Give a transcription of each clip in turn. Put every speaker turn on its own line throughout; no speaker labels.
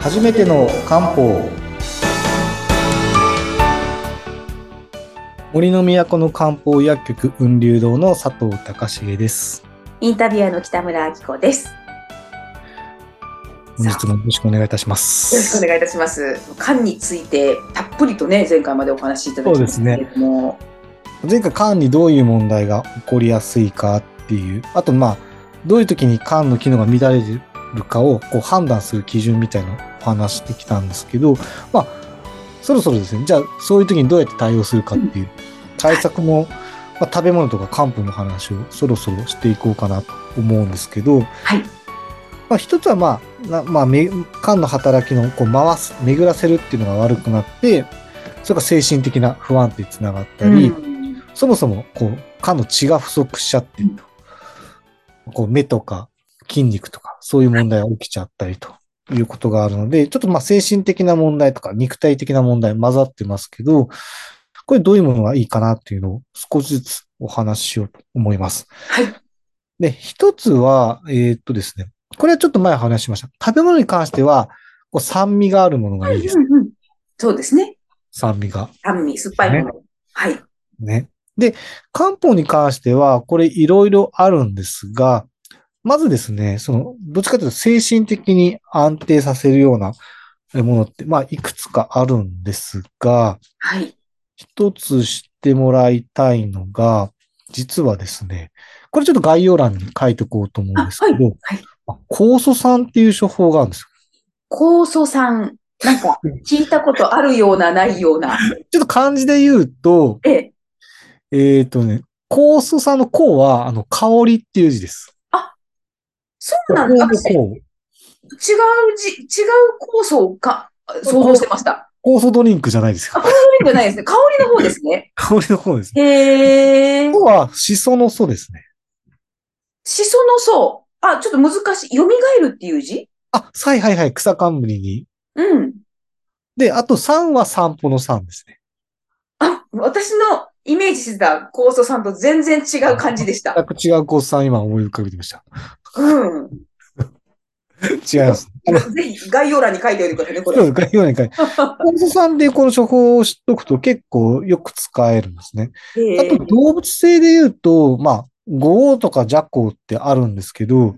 初めての漢方森の都の漢方薬局雲龍堂の佐藤隆重です
インタビュアーの北村明子です。よ
本日もよろしくお願いいたしま
ろし
す
くお願いいたします。缶についてたっぷりとね、前回までお話しいただきましたけれども、
前回肝にどういう問題が起こりやすいかっていうあとまあどういう時に肝の機能が乱れるかをこう判断する基準みたいなのをお話してきたんですけどまあそろそろですねじゃあそういう時にどうやって対応するかっていう対策も、まあ、食べ物とか漢方の話をそろそろしていこうかなと思うんですけど、
はい、
まあ、一つはまあな、まあ、め肝の働きのこう回す巡らせるっていうのが悪くなってそれが精神的な不安定につながったり、
うん
そもそも、こう、歯の血が不足しちゃってると。こう、目とか筋肉とか、そういう問題が起きちゃったりということがあるので、ちょっとまあ精神的な問題とか肉体的な問題混ざってますけど、これどういうものがいいかなっていうのを少しずつお話ししようと思います。
はい、
で、一つは、えーっとですね、これはちょっと前話しました。食べ物に関しては、こう酸味があるものがいいです。
うんうんそうですね。
酸味が。
酸味、酸っぱいもの。はい、
ね。で、漢方に関しては、これいろいろあるんですが、まずですね、その、どっちかというと精神的に安定させるようなものって、まあ、いくつかあるんですが、
はい、
一つ知ってもらいたいのが、実はですね、これちょっと概要欄に書いておこうと思うんですけど、
はい。
酵素酸っていう処方があるんですよ。
酵素酸、なんか聞いたことあるような、ないような。
ちょっと漢字で言うと、
ええ、
えっ、とね、酵素酸の酵は、あの、香りっていう字です。
そうなんだ。私違う
酵
じ、違う酵素か、想像してました。
酵素ドリンクじゃないですよ
あ、。これのじゃないですね。香りの方ですね。
香りの方ですね。
へー
今。日は、シソの素ですね。
しその層。あ、ちょっと難しい。蘇るっていう字
あ、はいはいはい、草冠に。
うん。
で、あと3は散歩の3ですね。
あ、私のイメージしてた酵素さんと全然違う感じでした。
全く違うコースさん今思い浮かべてました。
うん。
違います。 あの、そ
ぜひ概要欄に書いておいてくださいね、こ
う
れ。
です概要欄に 書いて。コースさんでこの処方を知っとくと結構よく使えるんですね。あ
へ
と
ー
動物性で言うと、まあ、ゴオとかジャコウってあるんですけど、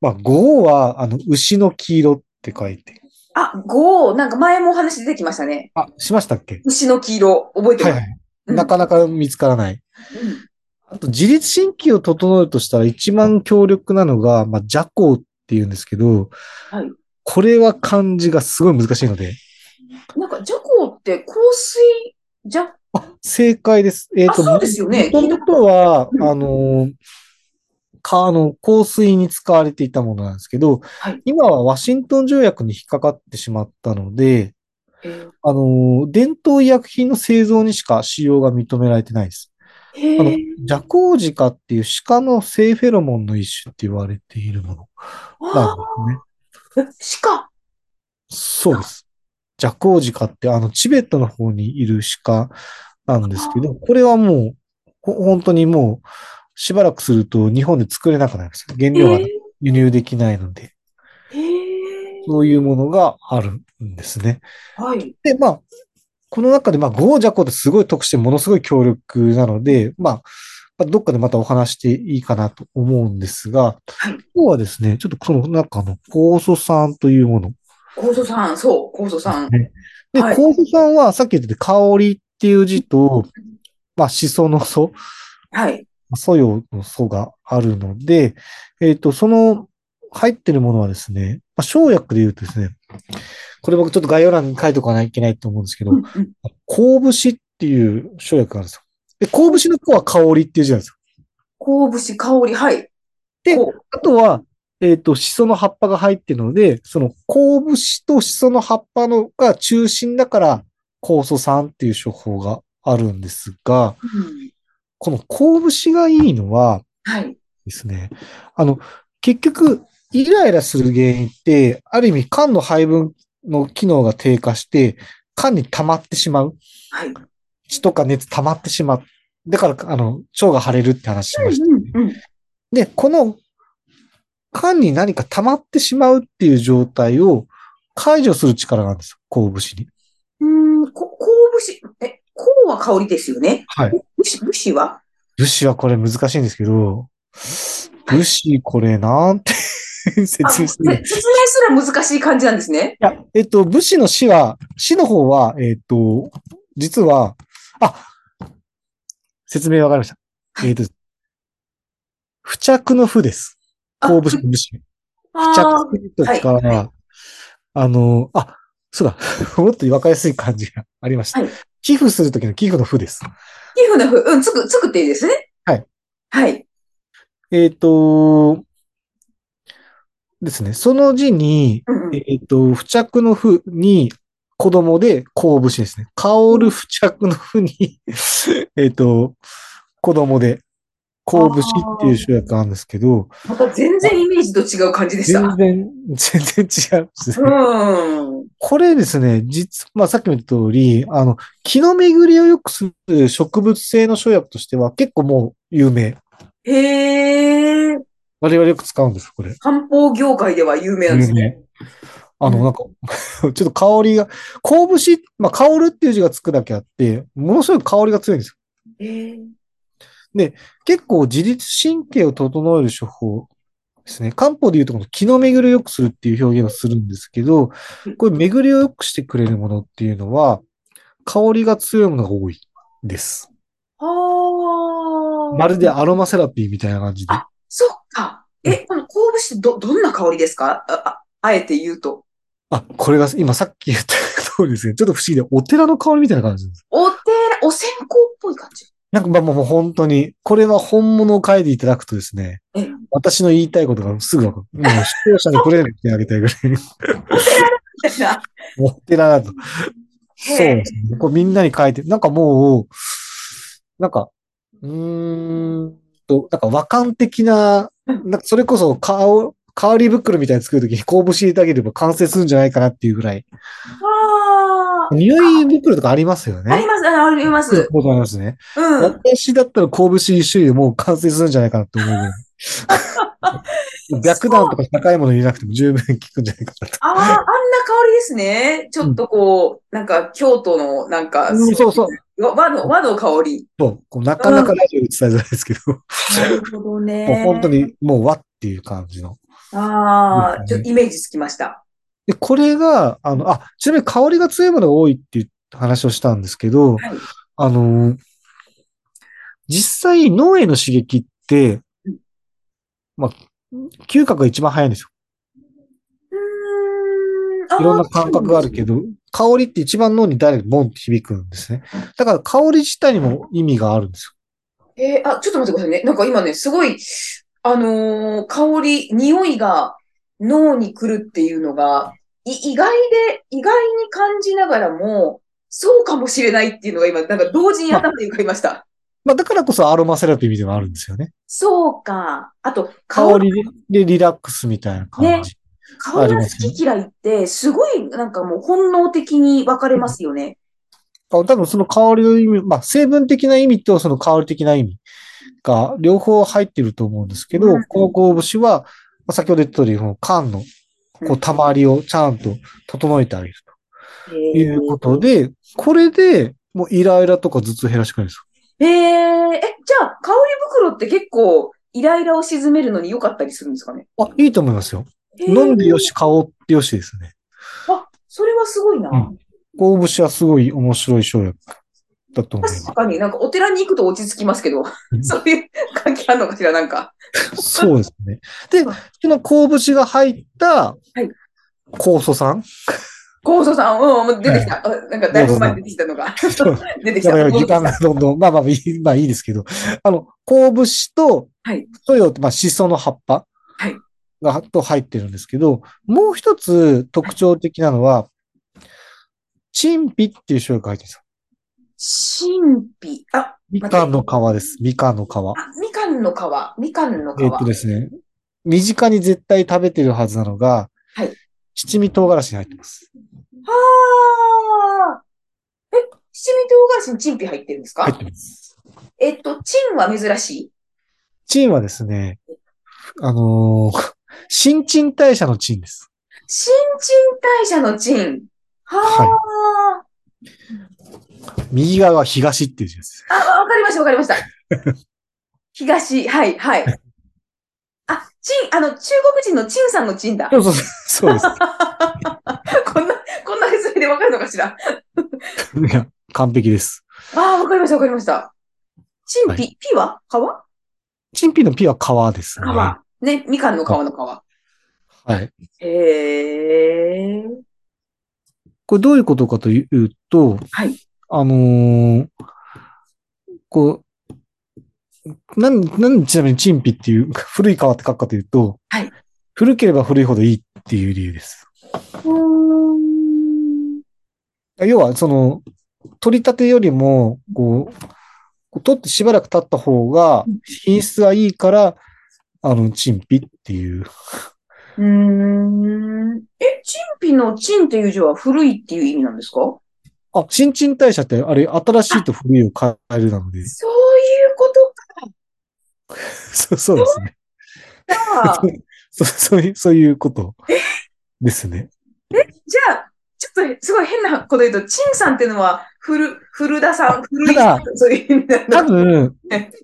まあ、ゴオは、あの、牛の黄色って書いて。
あ、ゴー、なんか前もお話出てきましたね。
あ、しましたっけ
牛の黄色、覚えて
はい
ます。
はい。なかなか見つからない。
うんうん
あと、自律神経を整えるとしたら一番強力なのが、まあ、邪行って言うんですけど、
はい
これは漢字がすごい難しいので、
なんか、ジャコって香水、ジャ、
正解です。えっ
あ、そうですよね。
もともとは
う、ん
あのー、か、あの、香水に使われていたものなんですけど、
はい
今はワシントン条約に引っかかってしまったので、
えー
あのー、伝統医薬品の製造にしか使用が認められてないです。
へ
あの
ー、
ジャコウジカっていう鹿の性フェロモンの一種って言われているものなん
あ
ですね。
ー、え鹿。
そうです。ジャコウジカって、あの、チベットの方にいる鹿なんですけど、これはもう、ほ本当にもう、しばらくすると日本で作れなくなります。原
え
料が
ー、
輸入できないので、
へー
そういうものがあるんですね。
はい。
で、まあ、この中で、まあ、ゴージャコってすごい特殊でものすごい強力なので、まあ、まあどっかでまたお話していいかなと思うんですが、
はい
今日はですね、ちょっとこの中の酵素酸というもの。
酵素さん、そう、酵素さん。
ねで、
はい
酵素酸はさっき言ってた香りっていう字と、まあ、シソの素、
はい。
素養の素があるので、えっ、と、その入ってるものはですね、まあ、生薬で言うとですね、これ僕ちょっと概要欄に書いておかないといけないと思うんですけど、
うんうん
甲節っていう生薬があるんですよ。で、甲節の子は香りっていう字なんですよ。
香節、香り、はい。
で
こう
あとは、えっ、と、シソの葉っぱが入ってるので、その甲節とシソの葉っぱのが中心だから、酵素酸っていう処方があるんですが、
うん
この甲節がいいのは
はい。
ですね、あの、結局、イライラする原因って、ある意味、肝の配分の機能が低下して、肝に溜まってしまう。
はい。
血とか熱溜まってしまう。だから、あの、腸が腫れるって話しました。
うんうん。
で、この、肝に何か溜まってしまうっていう状態を、解除する力があるんですよ、甲武士に。
うん、こ、こうぶし、え、こうは香りですよね。
はい。
ぶし、ぶしは
武士はこれ難しいんですけど、武士これなんて 説
あ、せ
明す
説
るの
明すら難しい感じなんですね。
いや、えっと、武士の死は、死の方は、えっと、実は、あ、説明わかりました。えっと、付着の付です。
あ
後部士の武士。付
あ
着
ー
するとか、
はいは
あの、あ、そうだ、 もっとわかりやすい感じがありました。
はい
寄付するときの寄付の付です。
寄付のふ、うん、つく、つくっていいですね。
はい。
はい。
えっと、ですね、その字に、
うんうん
えっ、と、付着の付に子供で後部詞ですね。香る付着の付に、 えっと、子供で後部詞っていう主役なんですけど、
また全然イメージと違う感じでした。
全然、全然違うんですね。
うん。
これですね、実、まあさっきも言った通り、あの、気の巡りを良くする植物性の生薬としては結構もう有名。
へえ、
我々よく使うんです、これ。
漢方業界では有名なんで
有
す
名
ね。。
あ
う
の、
ん
なんか、 ちょっと香りが、香節、まあ、香るっていう字がつくだけあって、ものすごい香りが強いんですよ。
へえ
結構自律神経を整える処方ですね。漢方でいうとこの気の巡りを良くするっていう表現をするんですけど、これ巡りを良くしてくれるものっていうのは、香りが強いものが多いです。
ああ。
まるでアロマセラピーみたいな感じで。
あそっか。え、この香ぶしってど、どんな香りですかあ、ああえて言うと。
あ、これが今さっき言った通りですね。ちょっと不思議で、お寺の香りみたいな感じです。
お寺、お線香っぽい感じ。
なんかまあもう本当に、これは本物を書いていただくとですね、
ええ
私の言いたいことがすぐわかる。もう視聴者にこれにてあげたいぐらい。
みたいな。
持ってらないと。
へ
そう
え
ですね。こうみんなに書いて、なんかもう、なんか、うーんと、なんか和漢的な、なんかそれこそ香、香り袋みたいに作るときにこぶし入れてあげれば完成するんじゃないかなっていうぐらい。
ああ。
匂い袋とかありますよね。
あります、あありま
そういう
す。
ことありますね。
うん。
私だったらこぶし一種類でもう完成するんじゃないかなって思う ぐらい。白弾とか高いもの入れなくても十分効くんじゃないかなと。
ああ、あんな香りですね。ちょっとこう、なんか京都の、なんか、
うんそうそう。
和の、和の香り。
そう。こうなかなかラジオで伝えづらいですけど、
なるほどね。
もう本当。にもう和っていう感じの。
ああ、ちょっとイメージつきました。
で、これが、あの、あ、ちなみに香りが強いものが多いっていう話をしたんですけど、
はい
あのー、実際脳への刺激って
うん、
まあ、嗅覚が一番早いんですよ。
うーん。
いろんな感覚があるけ
ど。
ど、香りって一番脳にダイレクトにボンって響くんですね。だから香り自体にも意味があるんです
えーあ、ちょっと待ってくださいね。なんか今ね、すごい、あのー香り、匂いが脳に来るっていうのが、い意外で、意外に感じながらも、そうかもしれないっていうのが今、なんか同時に頭に浮かびました。
よ。まあ、だからこそアロマセラピーみたいなのがあるんですよね。
そうか。あと、
香りでリラックスみたいな感じ。
香
あり
り
ま
が好
すね
き嫌いって、すごいなんかもう本能的に分かれますよね。
あ多分その香りの意味、まあ、成分的な意味とその香り的な意味が両方入ってると思うんですけど、
うん
この香節は、まあ先ほど言った通り、この缶のこう溜まりをちゃんと整えてあげると
え
いうことで、これでもうイライラとか頭痛減らしてくれるんですよ。
えー、え、じゃあ、香り袋って結構、イライラを鎮めるのに良かったりするんですかね。
あ、いいと思いますよ。
えー
飲んでよし、香ってよしですね。
あ、それはすごいな。
うん香節はすごい面白い生薬だと思います
確。かになんかお寺に行くと落ち着きますけど
う、ん
そういう関係あるのかしら、なんか。
そうですね。で、その香節が入った
い
酵素酸、
高祖さん、うん、もう出てきた。あなんかだいぶ前に出てきたのが。出てき
や
た。
ばいやばい時間がどんどん、まあまあいい、まあいいですけど、あの、香節と、
はい
ソヨって、まあ、シソの葉っぱ
はい
が、と入ってるんですけど、もう一つ特徴的なのは、チンピっていう醤油が入ってるんですよ。
神秘。あ、
みかんの皮です。みかんの皮。
あみかんの皮。みかんの皮。
えっとですね、身近に絶対食べてるはずなのが、
はい
七味唐辛子に入ってます。
はあ。え、七味唐辛子にチンピ入ってるんですか、
入ってます。
えっと、チンは珍しい。
チンはですね、あのー新陳代謝のチンです。
新陳代謝の陳。はあ、
右側は東っていう字です。
あ、わかりました、わかり ました。東、はい、はい。あ、陳、あの、中国人の陳さんの陳だ。
そうそうそうです。
こんな、こんな説明でわかるのかしら。
いや、完璧です。
ああ、わかりました、わかりました。陳
は
皮、皮は皮
チンピのピは皮ですね。は
皮。ね、みかんの皮の
い。
皮。へえ。
これどういうことかというと、
はい
あのーこう、なん、なんでちなみにチンピっていう、古い川って書くかというと、
はい
古ければ古いほどいいっていう理由です。要は、その、取り立てよりも、こう、こう取ってしばらく経った方が
うん、
品質はいいから、あの、チンピっていう。
うーん。え、陳皮の陳っていう字は古いっていう意味なんですか
あ、新陳代謝って、あれ、新しいと古いを変えるなので、
そういうこと
そうそうですね。
か。
そう、そういう、そういうことですね。
じゃあ、ちょっとすごい変なこと言うと、陳さんっていうのは古、古田さん、古い
ただ、
そういう意味なん
多
だ。
分、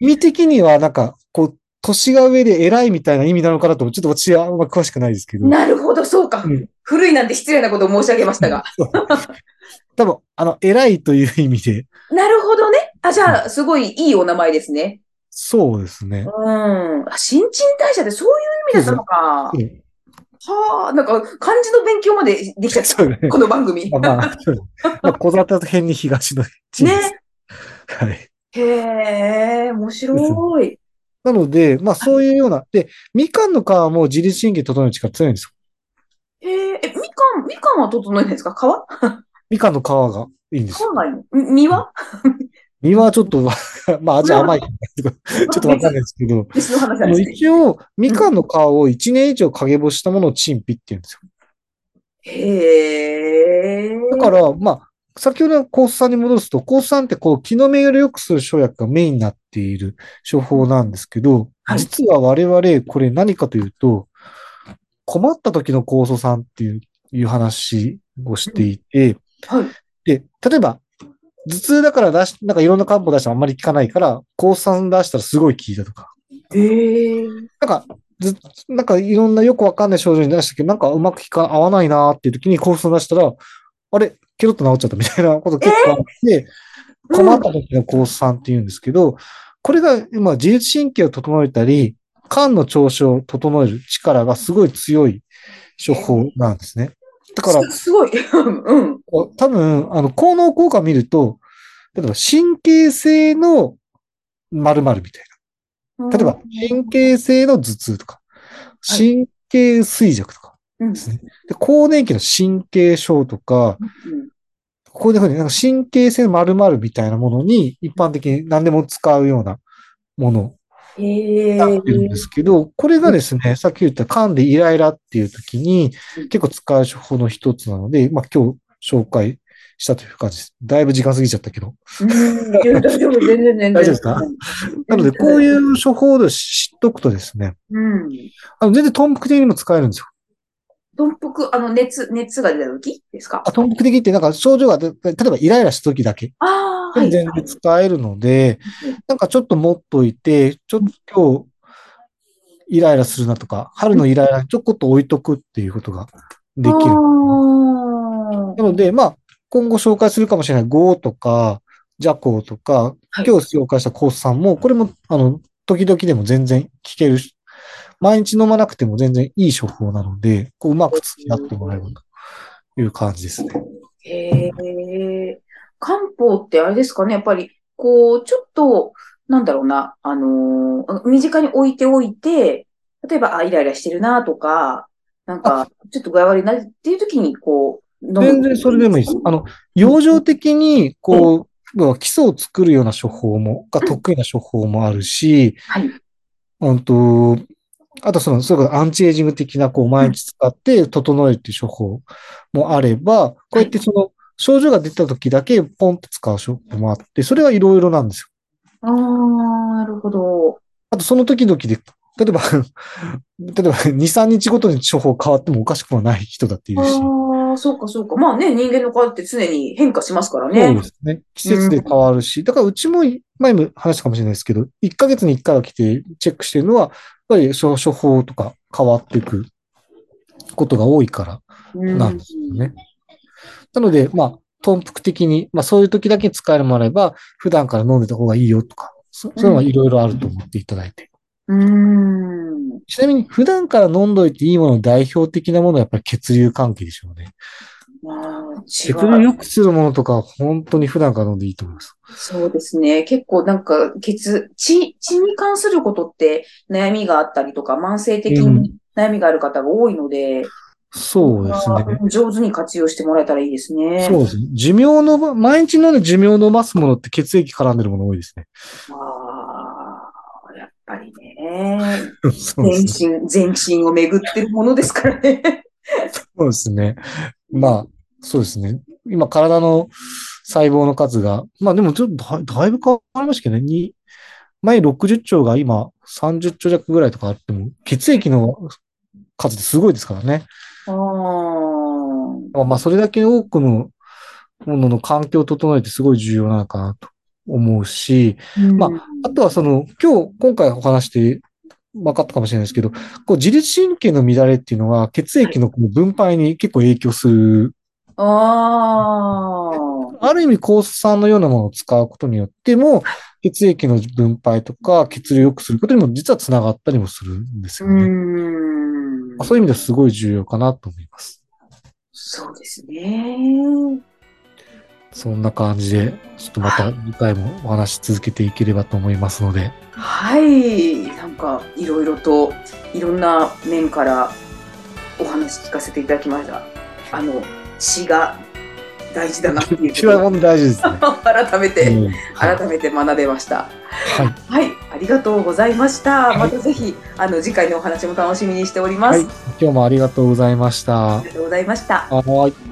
意味的にはなんか、こう、年が上で偉いみたいな意味なのかなと、ちょっと私はあんま詳しくないですけど、
なるほど、そうか
うん。
古いなんて失礼なことを申し上げましたが。
多分、あの、偉いという意味で、
なるほどね。あ、じゃあ、すごいいいお名前ですね。
そうですね。
うん。あ新陳代謝ってそういう意味だったのか。
うん
はあ、なんか漢字の勉強までできちゃっ
そうね
た。この番組。
まあ、ま あ、そうまあ、小型編に東の地です。
ね。
はい。
へえ、面白い。
なので、まあ、そういうような、で、みかんの皮も自律神経整える力強いんですよ。
へえ、え、みかん、みかんは整えないんですか 皮
みかんの皮がいいんですよ。
本来の。み実は
実はちょっとわ か、まあ、味甘いからちょっとわかんないですけど、
別の話
あ
なん
の
ですね。
一応、みかんの皮を1年以上陰干したものを陳皮って言うんですよ。
へえ。
だから、まあ、先ほどのコース酸に戻すと、コース酸ってこう、気の目より良くする生薬がメインになっている処方なんですけど、
はい
実は我々、これ何かというと、困った時の酵素酸っていういう話をしていて、
はい。
で、例えば、頭痛だから出し、なんかいろんな漢方出してもあんまり効かないから、酵素酸出したらすごい効いたとか、
へえ。
なんか、ず、なんかいろんなよくわかんない症状に出したけど、なんかうまく効か合わないなーっていう時に酵素出したら、あれ、ケロッと治っちゃったみたいなこと結構あって、
うん
困った時の酵素酸って言うんですけど、これが今自律神経を整えたり、肝の調子を整える力がすごい強い処方なんですね。だから、
すすごい。うん。
こう多分、あの、効能効果見ると、例えば神経性の〇〇みたいな。例えば、神経性の頭痛とか、
はい
神経衰弱とか、
うん、うん。
で更年期の神経症とか、こういうふうになんか神経性の〇〇みたいなものに一般的に何でも使うようなもの
へ
に
え。
なってるんですけど、これがですね、さっき言った噛んでイライラっていう時に
うん
結構使う手法の一つなので、まあ今日紹介したという感じです。だいぶ時間過ぎちゃったけど。
うんいや大丈夫、全然、全然。
大丈夫ですかなので、こう
う。
いう処方で知っとくとですね、
うん。
あの全然トンプク的にも使えるんですよ
頓服、あの、熱、熱が出た時ですか
アトミック的って、なんか症状が、で例えばイライラした時だけ、
ああ、は
全
い。
然使えるので、なんかちょっと持っといて、ちょっと今日、イライラするなとか、春のイライラにちょこっと置いとくっていうことができる。
あ
なので、まあ、今後紹介するかもしれない、ゴーとか、ジャコーとか、
はい
今日紹介したコースさんも、これも、あの、時々でも全然聞けるし、毎日飲まなくても全然いい処方なので、こう、うまく付き合ってもらえるという感じですね。
ーへえ。漢方ってあれですかね、やっぱり、こう、ちょっと、なんだろうな、あのー身近に置いておいて、例えば、あ、イライラしてるなとか、なんか、ちょっと具合悪いなっていう時に、こう、飲む
全然それでもいいです。あの、養生的に、こう、要は基礎を作るような処方も、が得意な処方もあるし、
はい。
うんと、あとその、それからアンチエイジング的な、こう、毎日使って整えるっていう処方もあれば、こうやってその、症状が出た時だけポンと使う処方もあって、それはいろいろなんですよ。
ああ、なるほど。
あと、その時々で例えば、例えば2、3日ごとに処方変わってもおかしくはない人だっているし。
ああ、そうかそうか。まあね、人間の体って常に変化しますから
そう
ね
で。すね。季節で変わるし、だからうちも前も話したかもしれないですけど、1ヶ月に1回は来てチェックしてるのは、やっぱりその処方とか変わっていくことが多いから
うん
なんですよね。なので、まあ、頓服的に、まあそういう時だけ使えるものもあれば、普段から飲んでた方がいいよとか、そそういうのはいろいろあると思っていただいて。
うん。
ちなみに、普段から飲んどいていいものの代表的なものはやっぱり血流関係でしょうね。
まあ、
血
血
流良くするものとか、本当に普段から飲んでいいと思います。
そうですね。結構なんか、血、血、血に関することって悩みがあったりとか、慢性的に悩みがある方が多いので、
そうですね。
まあ上手に活用してもらえたらいいですね。
そうですね。寿命のば、毎日飲んで寿命を伸ばすものって血液絡んでるもの多いですね。
ああ、やっぱりね。
そうですね。
全身、全身を巡ってるものですからね。
そうですね。まあ、そうですね。今、体の細胞の数が、まあでもちょっとだだいぶ変わりましたけどね。に前60兆が今30兆弱ぐらいとかあっても、血液の数ってすごいですからね。
ああ。
まあまあ、それだけ多くのものの環境を整えてすごい重要なのかなと思うし、まあとはその、今日、今回お話して分かったかもしれないですけど、こう自律神経の乱れっていうのは血液のこの分配に結構影響する。
あ、あ
ある意味、酵素酸のようなものを使うことによっても、血液の分配とか血流を良くすることにも実はつながったりもするんです
あ、
よね。
うん
まあそういう意味ではすごい重要かなと思います。
そうですね。
そんな感じで、ちょっとまた次回もお話し続けていければと思いますので、
はい、なんかいろいろといろんな面からお話聞かせていただきました。あの詩が大事だなって いう
一
こと
番問題大事ですね。
を改めて、
うんはい
改めて学べました。
はい
はい、ありがとうございました。
い
またぜひあの次回のお話も楽しみにしております。
はい。今日もありがとうございました
あ。りがとうございました。
はい。